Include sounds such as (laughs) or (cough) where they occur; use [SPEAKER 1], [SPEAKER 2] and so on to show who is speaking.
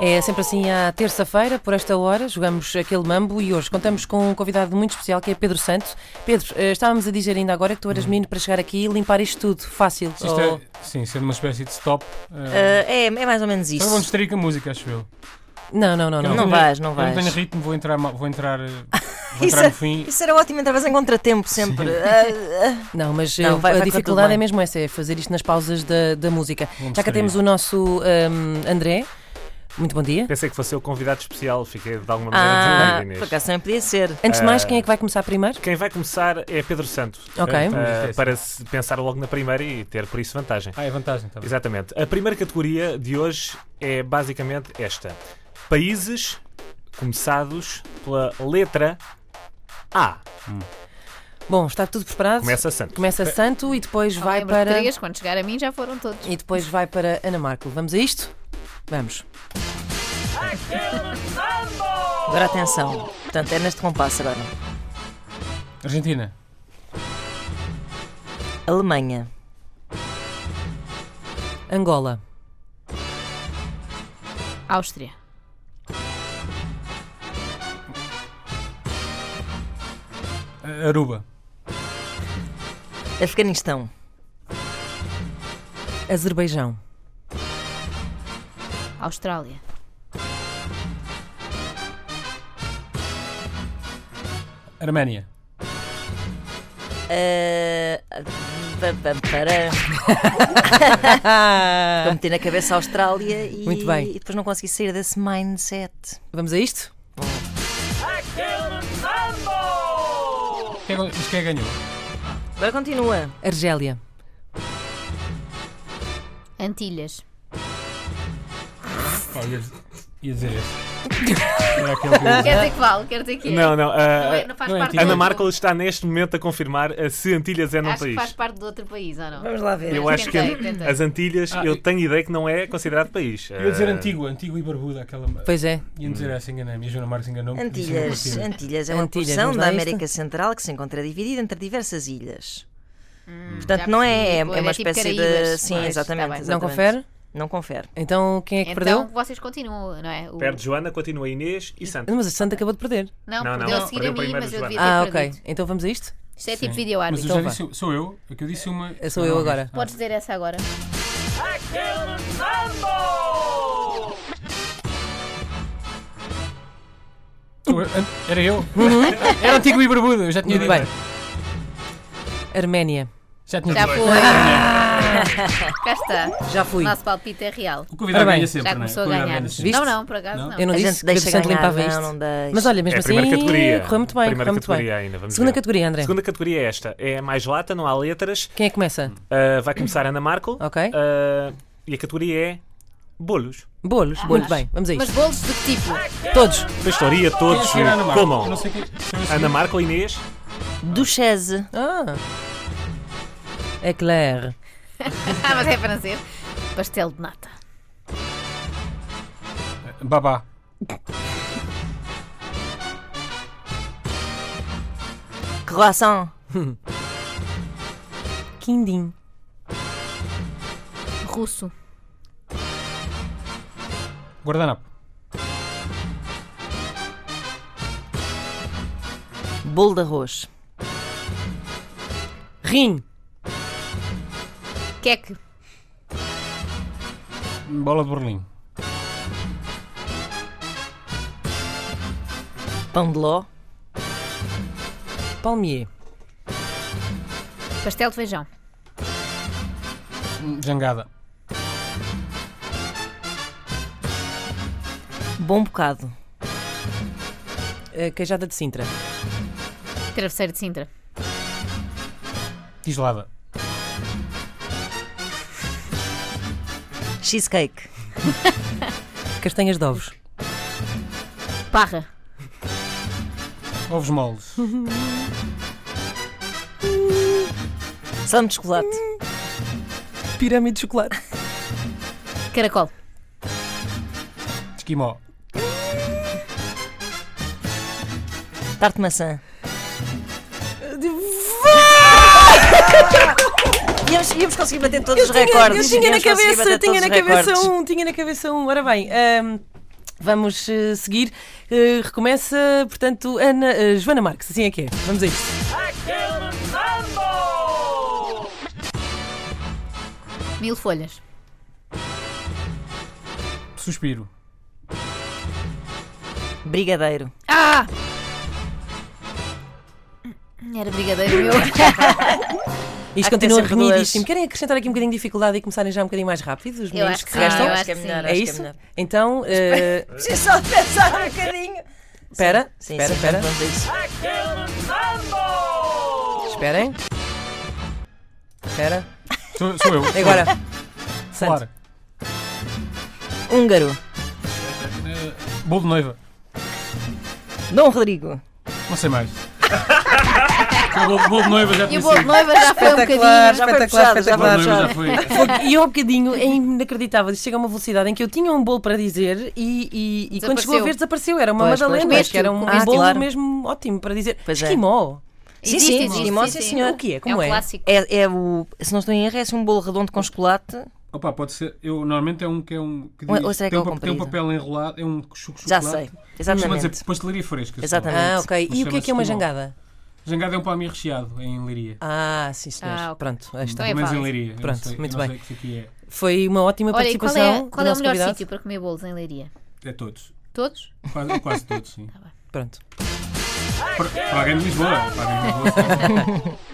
[SPEAKER 1] É sempre assim à terça-feira, por esta hora, jogamos aquele mambo e hoje contamos com um convidado muito especial que é Pedro Santos. Pedro, eh, estávamos a dizer ainda agora que tu
[SPEAKER 2] Uhum.
[SPEAKER 1] eras menino para chegar aqui e limpar isto tudo. Fácil.
[SPEAKER 3] Se isto é-
[SPEAKER 1] Ou-
[SPEAKER 3] sim, sendo uma espécie de stop. eh,
[SPEAKER 2] Ah, é, é mais ou menos
[SPEAKER 3] Mas vão
[SPEAKER 2] isso.
[SPEAKER 3] distrair com a música, acho eu.
[SPEAKER 1] Não, não, não,
[SPEAKER 3] Eu
[SPEAKER 1] não.
[SPEAKER 2] Não
[SPEAKER 3] tenho-
[SPEAKER 2] vais, não
[SPEAKER 3] Eu
[SPEAKER 2] vais.
[SPEAKER 3] não tenho ritmo, vou entrar, ma- vou entrar, eh,
[SPEAKER 2] Isso
[SPEAKER 3] vou entrar
[SPEAKER 2] é-
[SPEAKER 3] no fim.
[SPEAKER 2] Isso era ótimo, entravas em contratempo sempre.
[SPEAKER 3] Sim.
[SPEAKER 2] Ah, ah.
[SPEAKER 1] Não, mas
[SPEAKER 2] Não,
[SPEAKER 1] eh,
[SPEAKER 2] vai-
[SPEAKER 1] a
[SPEAKER 2] vai correr tudo
[SPEAKER 1] dificuldade é
[SPEAKER 2] bem.
[SPEAKER 1] mesmo essa, é fazer isto nas pausas da, da música.
[SPEAKER 3] Vamos
[SPEAKER 1] Já cá
[SPEAKER 3] distrair.
[SPEAKER 1] temos o nosso ehm, André. Muito bom dia.
[SPEAKER 4] Pensei que fosse o convidado especial, fiquei de alguma maneira
[SPEAKER 2] Ah,
[SPEAKER 4] desanimado,
[SPEAKER 2] por
[SPEAKER 4] Inês.
[SPEAKER 2] acaso também podia ser.
[SPEAKER 1] Antes de mais,
[SPEAKER 4] Ah.
[SPEAKER 1] quem é que vai começar primeiro?
[SPEAKER 4] Quem vai começar é Pedro Santos,
[SPEAKER 1] Ok.
[SPEAKER 3] Então,
[SPEAKER 4] ah,
[SPEAKER 3] vamos dizer
[SPEAKER 4] para se pensar logo na primeira e ter por isso vantagem.
[SPEAKER 3] assim. Ah, é vantagem, tá bem.
[SPEAKER 4] Exatamente. A primeira categoria de hoje é basicamente esta: países começados pela letra A.
[SPEAKER 1] Bom, está tudo preparado?
[SPEAKER 4] Começa Santos.
[SPEAKER 5] é
[SPEAKER 1] Começa Santo e depois
[SPEAKER 5] Só
[SPEAKER 1] vai
[SPEAKER 5] lembro de
[SPEAKER 1] para.
[SPEAKER 5] Três, quando chegar a mim já foram todos.
[SPEAKER 1] E depois vai para Ana Marco. Vamos a isto? Vamos.
[SPEAKER 2] Agora atenção. Portanto, é neste compasso agora.
[SPEAKER 3] Argentina,
[SPEAKER 2] Alemanha,
[SPEAKER 1] Angola,
[SPEAKER 5] Áustria,
[SPEAKER 3] eh, Aruba,
[SPEAKER 2] Afeganistão,
[SPEAKER 1] Azerbaijão,
[SPEAKER 5] Austrália,
[SPEAKER 3] Arménia,
[SPEAKER 2] Ah, pa- pa-
[SPEAKER 1] (laughs)
[SPEAKER 2] para. Para meter na cabeça a Austrália e,
[SPEAKER 1] Muito bem.
[SPEAKER 2] e depois não consegui sair desse mindset.
[SPEAKER 1] Vamos a isto?
[SPEAKER 3] quem, é que- mas quem é que ganhou?
[SPEAKER 2] Agora continua.
[SPEAKER 1] Argélia,
[SPEAKER 5] Antilhas,
[SPEAKER 3] Pá, Oh, ia, ia dizer esse. Era aquele que eu ia
[SPEAKER 5] (laughs)
[SPEAKER 3] dizer.
[SPEAKER 5] Quer dizer que vale, quer dizer que é.
[SPEAKER 4] Não, não. ah,
[SPEAKER 5] Não é- não faz
[SPEAKER 3] não é
[SPEAKER 5] parte
[SPEAKER 3] antiga.
[SPEAKER 5] do
[SPEAKER 4] Ana
[SPEAKER 5] outro.
[SPEAKER 4] Markel está neste momento a confirmar ah, se Antilhas é num
[SPEAKER 5] Acho que
[SPEAKER 4] país.
[SPEAKER 5] faz parte de outro país, ou não?
[SPEAKER 2] Vamos lá ver.
[SPEAKER 4] Eu acho que
[SPEAKER 5] Tentei, tentei.
[SPEAKER 4] as Antilhas,
[SPEAKER 3] Ah,
[SPEAKER 4] eu
[SPEAKER 3] eu-
[SPEAKER 4] tenho ideia que não é considerado país.
[SPEAKER 3] Eu ia dizer
[SPEAKER 4] Ah,
[SPEAKER 3] antigo, antigo e barbuda, aquela.
[SPEAKER 1] pois é.
[SPEAKER 3] Ia dizer essa, enganei-me. E a Joana Marques enganou-me. disse uma
[SPEAKER 2] Antilhas.
[SPEAKER 3] partida.
[SPEAKER 2] Antilhas é uma
[SPEAKER 1] Antilhas,
[SPEAKER 2] porção
[SPEAKER 1] vamos
[SPEAKER 2] da
[SPEAKER 1] lá a isto?
[SPEAKER 2] América Central que se encontra dividida entre diversas ilhas.
[SPEAKER 5] já
[SPEAKER 2] Portanto, não é, é,
[SPEAKER 5] percebi,
[SPEAKER 2] é
[SPEAKER 5] pois,
[SPEAKER 2] uma
[SPEAKER 5] é tipo
[SPEAKER 2] espécie de.
[SPEAKER 5] Caraíbas,
[SPEAKER 2] Sim,
[SPEAKER 5] pois,
[SPEAKER 2] exatamente,
[SPEAKER 5] tá bem.
[SPEAKER 1] Não
[SPEAKER 2] exatamente.
[SPEAKER 1] confere?
[SPEAKER 2] Não confere.
[SPEAKER 1] Então quem é Então, que
[SPEAKER 5] Então
[SPEAKER 1] perdeu?
[SPEAKER 5] vocês continuam, não é? O-
[SPEAKER 4] Perde Joana, continua Inês e Santos.
[SPEAKER 1] Não, Mas a Santa acabou de perder.
[SPEAKER 5] Não,
[SPEAKER 4] Não,
[SPEAKER 5] perdeu
[SPEAKER 4] não,
[SPEAKER 5] a seguir
[SPEAKER 4] perdeu
[SPEAKER 5] a mim,
[SPEAKER 4] primeiro
[SPEAKER 5] mas eu
[SPEAKER 4] Joana.
[SPEAKER 5] devia ter
[SPEAKER 1] Ah,
[SPEAKER 5] perdido.
[SPEAKER 1] ok. Então vamos a isto?
[SPEAKER 5] Isto é tipo
[SPEAKER 3] Sim.
[SPEAKER 5] vídeo
[SPEAKER 3] Mas eu
[SPEAKER 5] árbitro.
[SPEAKER 3] já
[SPEAKER 1] vá.
[SPEAKER 3] disse, sou eu, é que eu disse uma.
[SPEAKER 1] Sou
[SPEAKER 3] Não,
[SPEAKER 1] eu
[SPEAKER 3] não,
[SPEAKER 1] agora.
[SPEAKER 3] ah,
[SPEAKER 5] Podes dizer essa agora.
[SPEAKER 3] sou eu, an- eh, Era eu. Era antigo e barbudo, eu já tinha
[SPEAKER 1] Muito
[SPEAKER 3] dito.
[SPEAKER 1] bem. Arménia.
[SPEAKER 3] Já tinha
[SPEAKER 5] Já
[SPEAKER 3] dito.
[SPEAKER 5] foi. Cá está.
[SPEAKER 1] Já fui.
[SPEAKER 5] O nosso palpite é real.
[SPEAKER 3] O convidado
[SPEAKER 1] Ora bem,
[SPEAKER 3] ganha sempre,
[SPEAKER 5] Já
[SPEAKER 3] não é?
[SPEAKER 5] começou a
[SPEAKER 3] O convidado
[SPEAKER 5] ganhar.
[SPEAKER 3] ganha sempre.
[SPEAKER 1] Viste?
[SPEAKER 5] Não, não, por acaso
[SPEAKER 3] Não?
[SPEAKER 5] não.
[SPEAKER 1] Eu não
[SPEAKER 2] A
[SPEAKER 1] disse
[SPEAKER 2] gente deixa
[SPEAKER 1] Pedro Santo
[SPEAKER 2] ganhar,
[SPEAKER 1] limpava
[SPEAKER 2] não,
[SPEAKER 1] isto.
[SPEAKER 2] não deixa.
[SPEAKER 1] Mas olha, mesmo
[SPEAKER 4] É a
[SPEAKER 1] assim,
[SPEAKER 4] primeira categoria.
[SPEAKER 1] correu muito bem.
[SPEAKER 4] Primeira
[SPEAKER 1] correu muito bem.
[SPEAKER 4] categoria ainda, vamos
[SPEAKER 1] Segunda
[SPEAKER 4] ver.
[SPEAKER 1] categoria, André.
[SPEAKER 4] Segunda categoria é esta. É mais lata, não há letras.
[SPEAKER 1] Quem é que começa?
[SPEAKER 4] Uh, vai começar Ana Marco.
[SPEAKER 1] Ok.
[SPEAKER 4] Uh, e a categoria é bolos.
[SPEAKER 1] Bolos.
[SPEAKER 2] Ah,
[SPEAKER 1] Muito bem. Vamos a
[SPEAKER 5] Mas
[SPEAKER 1] isto.
[SPEAKER 5] bolos de que tipo?
[SPEAKER 1] Todos.
[SPEAKER 4] Pastoria,
[SPEAKER 3] Quem é
[SPEAKER 4] todos
[SPEAKER 3] que era a Ana Marco? Eu
[SPEAKER 4] comam.
[SPEAKER 3] não sei quem. sou eu, sou
[SPEAKER 4] Ana
[SPEAKER 3] eu.
[SPEAKER 4] Marco, Inês.
[SPEAKER 2] Duchesse,
[SPEAKER 4] é.
[SPEAKER 1] Ah. Eclair.
[SPEAKER 5] Ah, mas é francês. Pastel de nata.
[SPEAKER 3] Babá.
[SPEAKER 2] croissant,
[SPEAKER 1] Quindim.
[SPEAKER 5] Russo.
[SPEAKER 3] Guardanapo.
[SPEAKER 2] bolo de arroz,
[SPEAKER 1] Rim.
[SPEAKER 5] Queque.
[SPEAKER 3] Bola de Berlim.
[SPEAKER 2] pão de ló,
[SPEAKER 1] Palmier.
[SPEAKER 5] Pastel de feijão.
[SPEAKER 3] Jangada.
[SPEAKER 2] bom bocado,
[SPEAKER 1] eh, Queijada de Sintra.
[SPEAKER 5] Travesseiro de Sintra.
[SPEAKER 3] Tislada.
[SPEAKER 2] cheesecake,
[SPEAKER 1] Castanhas de ovos.
[SPEAKER 5] Parra.
[SPEAKER 3] Ovos moles.
[SPEAKER 2] salame de chocolate,
[SPEAKER 1] Pirâmide de chocolate.
[SPEAKER 5] Caracol.
[SPEAKER 3] Esquimó.
[SPEAKER 2] tarte de maçã. (laughs) Íamos, íamos conseguir bater todos os recordes.
[SPEAKER 1] Eu tinha na
[SPEAKER 2] íamos conseguir
[SPEAKER 1] cabeça,
[SPEAKER 2] bater
[SPEAKER 1] tinha
[SPEAKER 2] todos
[SPEAKER 1] na
[SPEAKER 2] os
[SPEAKER 1] cabeça
[SPEAKER 2] recordes.
[SPEAKER 1] um, tinha na cabeça um. Ora bem, ahm, Vamos eh, seguir. Eh, recomeça, portanto, Ana, eh, Joana Marques, assim é que é. Vamos a isto.
[SPEAKER 5] Mil folhas.
[SPEAKER 3] Suspiro.
[SPEAKER 2] um. Brigadeiro.
[SPEAKER 5] Ah! Era brigadeiro meu.
[SPEAKER 1] Isto
[SPEAKER 2] Há que ter
[SPEAKER 1] continua
[SPEAKER 2] sempre duas.
[SPEAKER 1] renhidíssimo. Querem acrescentar aqui um bocadinho de dificuldade e começarem já um bocadinho mais rápido? Os meninos
[SPEAKER 5] acho
[SPEAKER 1] que se
[SPEAKER 5] que sim,
[SPEAKER 1] gastam?
[SPEAKER 5] eu acho
[SPEAKER 2] que é
[SPEAKER 5] que
[SPEAKER 2] melhor,
[SPEAKER 5] sim.
[SPEAKER 1] é
[SPEAKER 2] acho
[SPEAKER 1] isso?
[SPEAKER 2] que é melhor.
[SPEAKER 1] Então, eh,
[SPEAKER 2] Preciso só de pensar um bocadinho.
[SPEAKER 1] espera,
[SPEAKER 2] Sim,
[SPEAKER 1] espera,
[SPEAKER 2] sim,
[SPEAKER 1] espera.
[SPEAKER 2] vamos a isso.
[SPEAKER 1] Esperem. Espera.
[SPEAKER 3] Sou, sou eu.
[SPEAKER 1] Agora.
[SPEAKER 3] Claro.
[SPEAKER 1] Santo.
[SPEAKER 2] Húngaro.
[SPEAKER 3] Bolo de noiva.
[SPEAKER 2] Dom Rodrigo.
[SPEAKER 3] Não sei mais. (laughs) O bolo- bolo de noiva já
[SPEAKER 5] E
[SPEAKER 3] tinha
[SPEAKER 5] o bolo de
[SPEAKER 3] sido.
[SPEAKER 5] noiva já foi um
[SPEAKER 2] Espetacular,
[SPEAKER 5] bocadinho.
[SPEAKER 2] espetacular,
[SPEAKER 3] Bolo
[SPEAKER 2] espetacular.
[SPEAKER 3] de noiva já foi.
[SPEAKER 1] E eu, há bocadinho, é inacreditável. Isto Chega a uma velocidade em que eu tinha um bolo para dizer e, e- e quando
[SPEAKER 5] Desapareceu.
[SPEAKER 1] chegou a ver, desapareceu. Era uma
[SPEAKER 2] Pois, pois,
[SPEAKER 1] madalena,
[SPEAKER 2] pois.
[SPEAKER 1] que era um
[SPEAKER 2] Ah,
[SPEAKER 1] bolo
[SPEAKER 2] claro.
[SPEAKER 1] mesmo ótimo para dizer.
[SPEAKER 2] Pois é.
[SPEAKER 1] Esquimó.
[SPEAKER 2] Sim,
[SPEAKER 5] Existe,
[SPEAKER 2] sim,
[SPEAKER 5] existe,
[SPEAKER 2] esquimó,
[SPEAKER 5] sim,
[SPEAKER 2] sim,
[SPEAKER 5] sim.
[SPEAKER 2] senhor.
[SPEAKER 1] O que é?
[SPEAKER 5] É um
[SPEAKER 1] Como é?
[SPEAKER 5] clássico.
[SPEAKER 2] É, é o, se não estou em erro, é assim um bolo redondo com chocolate.
[SPEAKER 3] Opa, pode ser. Eu, normalmente é um que é um. Que
[SPEAKER 2] Ou-
[SPEAKER 3] diz-
[SPEAKER 2] ou será que
[SPEAKER 3] tem,
[SPEAKER 2] é
[SPEAKER 3] um,
[SPEAKER 2] o
[SPEAKER 3] pa- tem um
[SPEAKER 2] comprido?
[SPEAKER 3] papel enrolado, é um chu- chocolate.
[SPEAKER 2] Já sei.
[SPEAKER 3] Costuma dizer
[SPEAKER 2] Exatamente.
[SPEAKER 3] pastelaria fresca. só.
[SPEAKER 2] Exatamente.
[SPEAKER 1] Ah, ok. E o que é que é uma
[SPEAKER 3] Chama-se esquimó.
[SPEAKER 1] jangada?
[SPEAKER 3] Jangada é um palmi recheado em Leiria.
[SPEAKER 1] Ah, sim, senhor.
[SPEAKER 5] Ah, ok.
[SPEAKER 1] Pronto, aí está.
[SPEAKER 5] Então é
[SPEAKER 3] Pelo menos em
[SPEAKER 5] válido.
[SPEAKER 3] Leiria. Eu não
[SPEAKER 1] Pronto,
[SPEAKER 3] sei- eu
[SPEAKER 1] muito bem.
[SPEAKER 3] não sei que é. aqui
[SPEAKER 1] Foi uma ótima
[SPEAKER 5] Olha, e qual é,
[SPEAKER 1] participação.
[SPEAKER 5] qual
[SPEAKER 1] do
[SPEAKER 5] é o
[SPEAKER 1] nosso
[SPEAKER 5] melhor
[SPEAKER 1] convidado.
[SPEAKER 5] sítio para comer bolos em Leiria?
[SPEAKER 3] é. É todos.
[SPEAKER 5] Todos?
[SPEAKER 3] Quase, quase todos, sim.
[SPEAKER 1] Pronto.
[SPEAKER 3] Para, para alguém de Lisboa. Para alguém de Lisboa. sim.